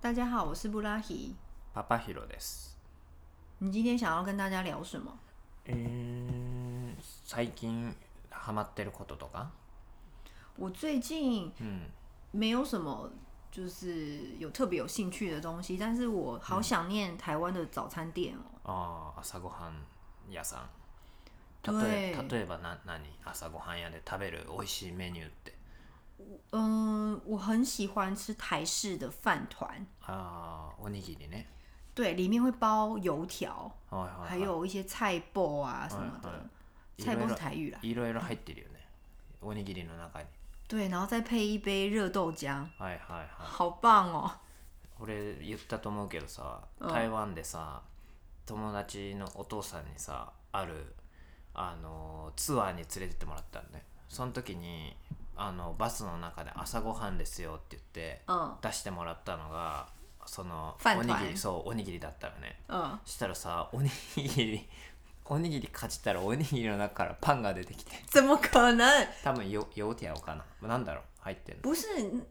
大家好，我是布拉希。パパヒロです。你今天想要跟大家聊什么？うーん、最近ハマってることとか？我最近うん、没有什么，就是有特别有兴趣的东西，但是我好想念台湾的早餐店嗯哦。あー朝ごはん屋さん。例え对，例えばな何朝ごはん屋で食べる美味しいメニューって。嗯，我很喜欢吃台式的饭团，ああ、おにぎりね。对，里面会包油条，はいは还いは有一些菜脯啊什么啊嗯的。嗯菜脯是台语啦，い。いろいろ入ってるよね。おにぎりの中に。对，然后再配一杯热豆浆，はいはいはい。好棒哦！俺言ったと思うけどさ、台湾でさ、友達のお父さんにさ、あるあのツアーに連れてってもらったんね。その時にあのバスの中で朝ごはんですよって言って、嗯出してもらったのがその飯お团にぎりそうおにぎりだったのね。嗯，したらさおにぎり おにぎりかじったらおにぎりの中からパンが出てきて怎么可能？多分よようてやおうかななんだろう入ってんの不是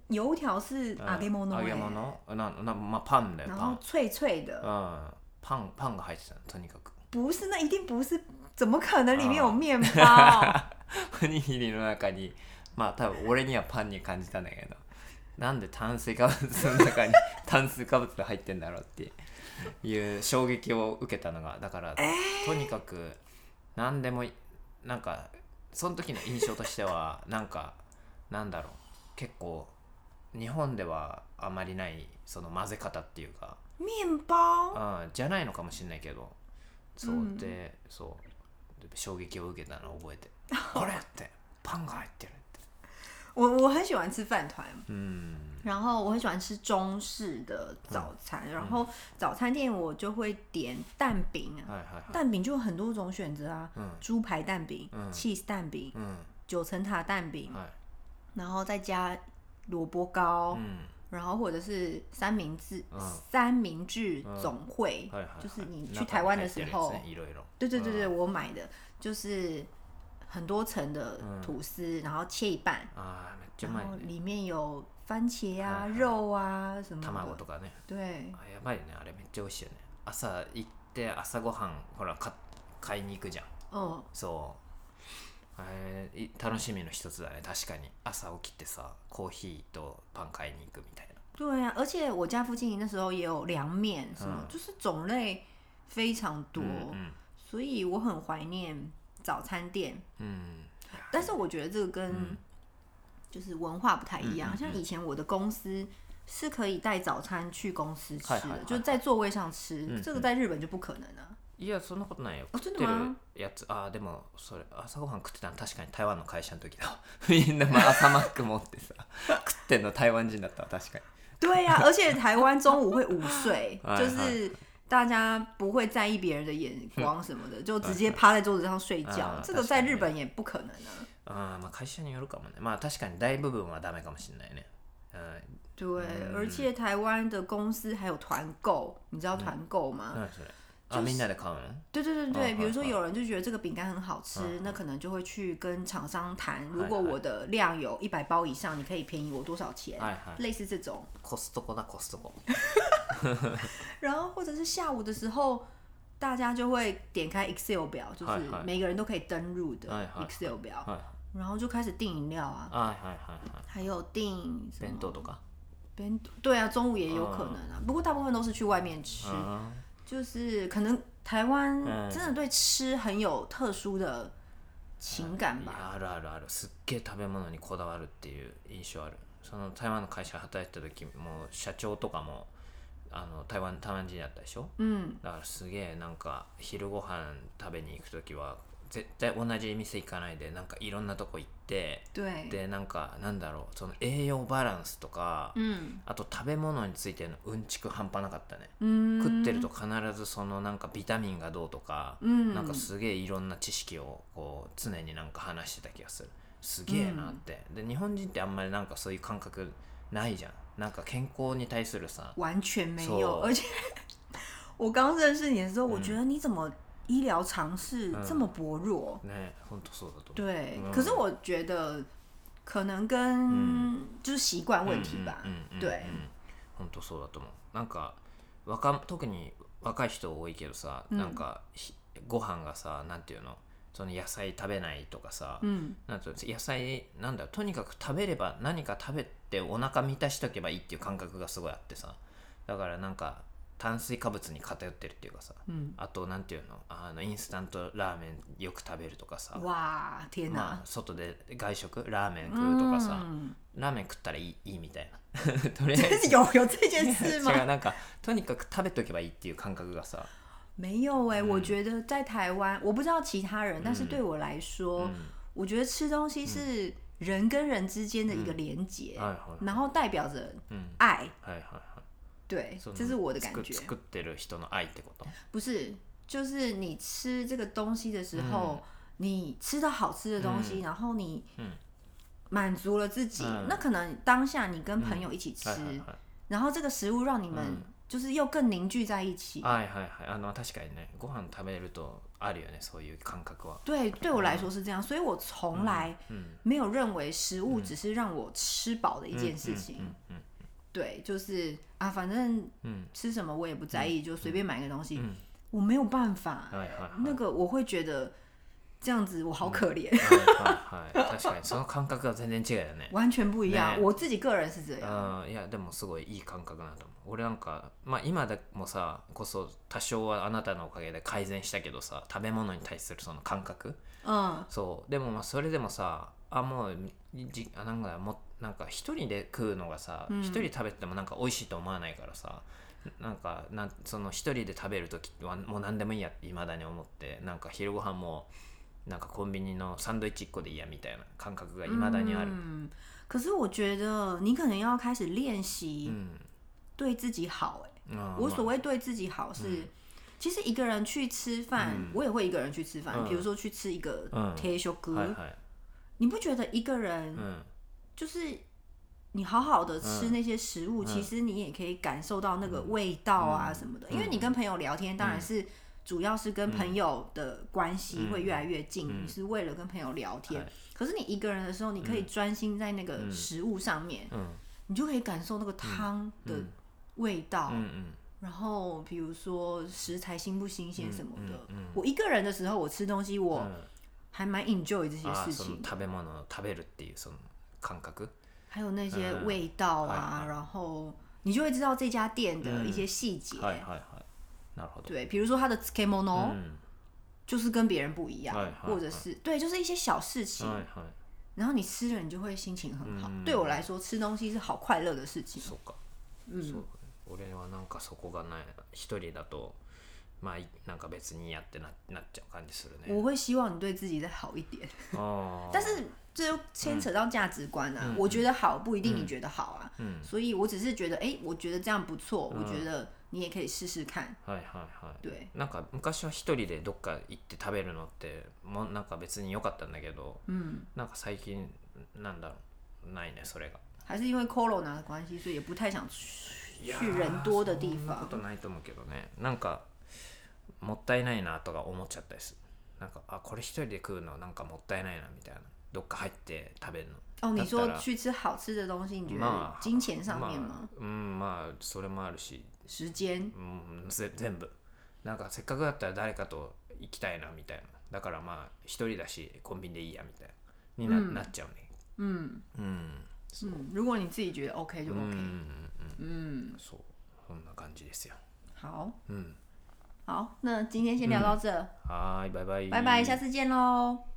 油条是うん揚げ物、欸，揚げ物ななまあ、パンだよ然パ后ン脆脆的，うん、パンパンが入ってたのとにかく 不是，那一定不是，怎么可能里面有面 包？おにぎりの中にまあ多分俺にはパンに感じたんだけどなんで炭水化物の中に炭水化物が入ってんだろうっていう衝撃を受けたのがだから、とにかく何でもいなんかその時の印象としてはなんかなんだろう結構日本ではあまりないその混ぜ方っていうか面包あじゃないのかもしれないけどそう、うんでそうで衝撃を受けたのを覚え てこれってパンが入ってるって我我很喜欢吃饭团，嗯うん然后我很喜欢吃中式的早餐，嗯然后早餐店我就会点蛋饼啊，はいはいはい蛋饼就有很多种选择啊，嗯猪排蛋饼、嗯哎 cheese 蛋饼、うん九层塔蛋饼，はい然后再加萝卜糕，うん然后或者是三明治、嗯哎三明治总会，はいはいはい就是你去台湾的时候。中に入ってるやつねいろいろ对对对对，我买的就是很多层的吐司，然后切一半，あーめっちゃ然うまい后ね里面有番茄啊、はいはい肉啊什么卵的。とかね对，あやばいねあれめっちゃ美味しいよね朝行って朝ごはんほらか買いに行くじゃん嗯，そうえーい楽しみの一つだね確かに朝起きてさコーヒーとパン買いに行くみたいな对啊，而且我家附近那时候也有凉面什么，嗯就是种类非常多，うん所以我很怀念早餐店。うんうん但是我觉得这个跟嗯就是文化不太一样，嗯嗯嗯像以前我的公司是可以带早餐去公司吃嗨嗨的，嗨就是在座位上吃，嗯这个在日本就不可能啊。いやそんなことないよあ食っちてょっると待やつあーでもそれ朝ごはん食ってたの確かに台湾の会社の時 だみんなまあ朝マック持ってさ 食ってんの台湾人だったわ確かに对呀、而且台湾中午会午 ，睡哎就是大家不会在意别人的眼光什么的，就直接趴在桌子上睡觉嗯啊。这个確か在にね日本也不可能啊。あーまあ会社によるかもねまあ確かに大部分はダメかもしれないねうん对，嗯而且台湾的公司还有团购，你嗯知道团购吗？何それあ、みんなで買うの对对对对，嗯比如说嗯嗯有人就觉得这个饼干很好吃，那可能就会去跟厂商谈，如果嗯嗨嗨我的量有一百包以上，你可以便宜我多少钱？嗨嗨类似这种。コストコだコストコ然后或者是下午的时候，大家就会点开 Excel 表，就是嗨嗨每个人都可以登录的嗨嗨 Excel 表，はい然后就开始订饮料啊，はいはいはいはい还有订什弁么当とか边对啊，中午也有可能啊，不过大部分都是去外面吃，あ就是可能台湾嗯真的对吃很有特殊的情感ーい吧。やあるあるあるすっげえ食べ物にこだわるっていう印象あるその台湾の会社働いてた時もう社長とかもあの台湾台湾人だったでしょ嗯，だからすげえなんか昼ご飯食べに行く時は絶対同じ店行かないでなんかいろんなとこ行って对，でなんかなんだろうその栄養バランスとか、嗯あと食べ物についてのうんちく半端なかったね、嗯，食ってると必ずそのなんかビタミンがどうとか、嗯なんかすげえいろんな知識をこう常になんか話してた気がするすげえなって、で日本人ってあんまりなんかそういう感覚ないじゃんなんか健康に対するさ完全没有， So- 而且我刚认识你的时候，我觉得你怎么医疗常识这么薄弱？ねほんとそうだと思う对，嗯可是我觉得可能跟、就是习惯问题吧。嗯うんうんうんうん对うん本当そうだと思うなんか若特に若い人多いけどさ、うんなんかひご飯がさなんていうのその野菜食べないとかさ、うんなんていうの野菜なんだとにかく食べれば何か食べてお腹満たしとけばいいっていう感覚がすごいあってさだからなんか炭水化物に偏ってるっていうかさうんあとなんていうのあのインスタントラーメンよく食べるとかさ、わあ天ま哪あ、外で外食ラーメン食うとかさ嗯 ラーメン食ったらいいいいみたいな とりあえず有有这件違事吗？ うなんかとにかく食べとけばいいっていう感覚がさ、没有哎、我觉得在台湾，我不知道其他人，但是对我来说，うん我觉得吃东西是人跟人之间的一个连结，はいはい然后代表着うん爱，はいはいはい对そ，の这是我的感作觉。作ってる人の愛ってこと不是，就是你吃这个东西的时候，你吃到好吃的东西，然后你嗯满足了自己，嗯那可能当下你跟朋友一起吃，はいはいはい然后这个食物让你们嗯就是又更凝聚在一起。はいはいはいあの確かにねご飯食べるとあるよねそういう感覚は对，对我来说是这样，所以我从来うん没有认为食物只是让我吃饱的一件事情。うんうん对，就是啊，反正うん吃什么我也不在意，就随便买个东西，嗯我没有办法，はいはいはい那个我会觉得这样子我好可嗯怜，はいはいはい確かにその感覚は全然違うよね 完全不一样。ね我自己个人是这样，あーいやでもすごいいい感覚なんだと思う俺なんかまあ今でもさこそ多少はあなたのおかげで改善したけどさ食べ物に対するその感覚嗯そうでもまあそれでもさあもうじあなんかもなんか一人で食うのがさうん一、人食べてもなんか美味しいと思わないからさなんかなんその一人で食べる時はもう何でもいいやっていまだに思ってなんか昼ご飯もなんかコンビニのサンドイッチ1個でいいやみたいな感覚がいまだにある、嗯。可是我觉得你可能要开始练う习ん对自己好、欸，あー我所谓对自己好是，嗯其实一个人去吃饭，我也会一个人去吃饭。嗯比如说去吃一个嗯铁修哥，まあはいはい你不觉得一个人うん就是你好好的吃嗯那些食物，其实你也可以感受到那个味道啊什么嗯的。因为你跟朋友聊天，当然是主要是跟朋友的关系会越来越近，嗯你是为了跟朋友聊天。可是你一个人的时候，你嗯可以专心在那个食物上面，うん你就可以感受那个汤的嗯味道。うんうん然后比如说食材新不新鲜什么的，嗯嗯嗯我一个人的时候我吃东西う我ん还蛮 enjoy 这些あー事その情，食べ物を食べるっていうその感覚还有那些嗯味道啊，哎然后你就会知道这家店的嗯一些细节。はいはいはいなるほど对，比如说它的 tsukemono、うん就是跟别人不一样，哎哎或者是对，就是一些小事情，はいはい然后你吃了你就会心情很好。嗯对我来说，吃东西是好快乐的事情。そうか、そう俺はなんかそこがない一人だとまあいなんか別にいいやってななっちゃう感じするね我会希望你对自己再好一点，あー但是这就牵扯到价值观啊。我觉得好不一定你觉得好啊，嗯所以我只是觉得，哎、我觉得这样不错，我觉得你也可以试试看。はいはいはい对，なんか昔は一人でどっか行って食べるのってもうなんか別に良かったんだけど嗯，なんか最近なんだろうないねそれが还是因为 corona 的关系，所以也不太想いや去ー去人多的地そんなこ方と。ないと思うけどねなんかもったいないなとか思っちゃったりするなんかあこれ一人で食うのなんかもったいないなみたいなどっか入って食べるの哦，你だった说ら去吃好吃的东西，你觉得まあ金钱上面吗？まあ、うんまあそれもあるし、时间？うん、ぜ全部なんかせっかくだったら誰かと行きたいなみたいなだからまあ一人だしコンビニでいいやみたいなにな,、なっちゃうね嗯うん嗯，如果你自己觉得 OK 就うん OK。嗯うんうんそうそんな感じですよ好，うん好，那今天先聊到这，はーいバイバイ拜拜，下次见喽。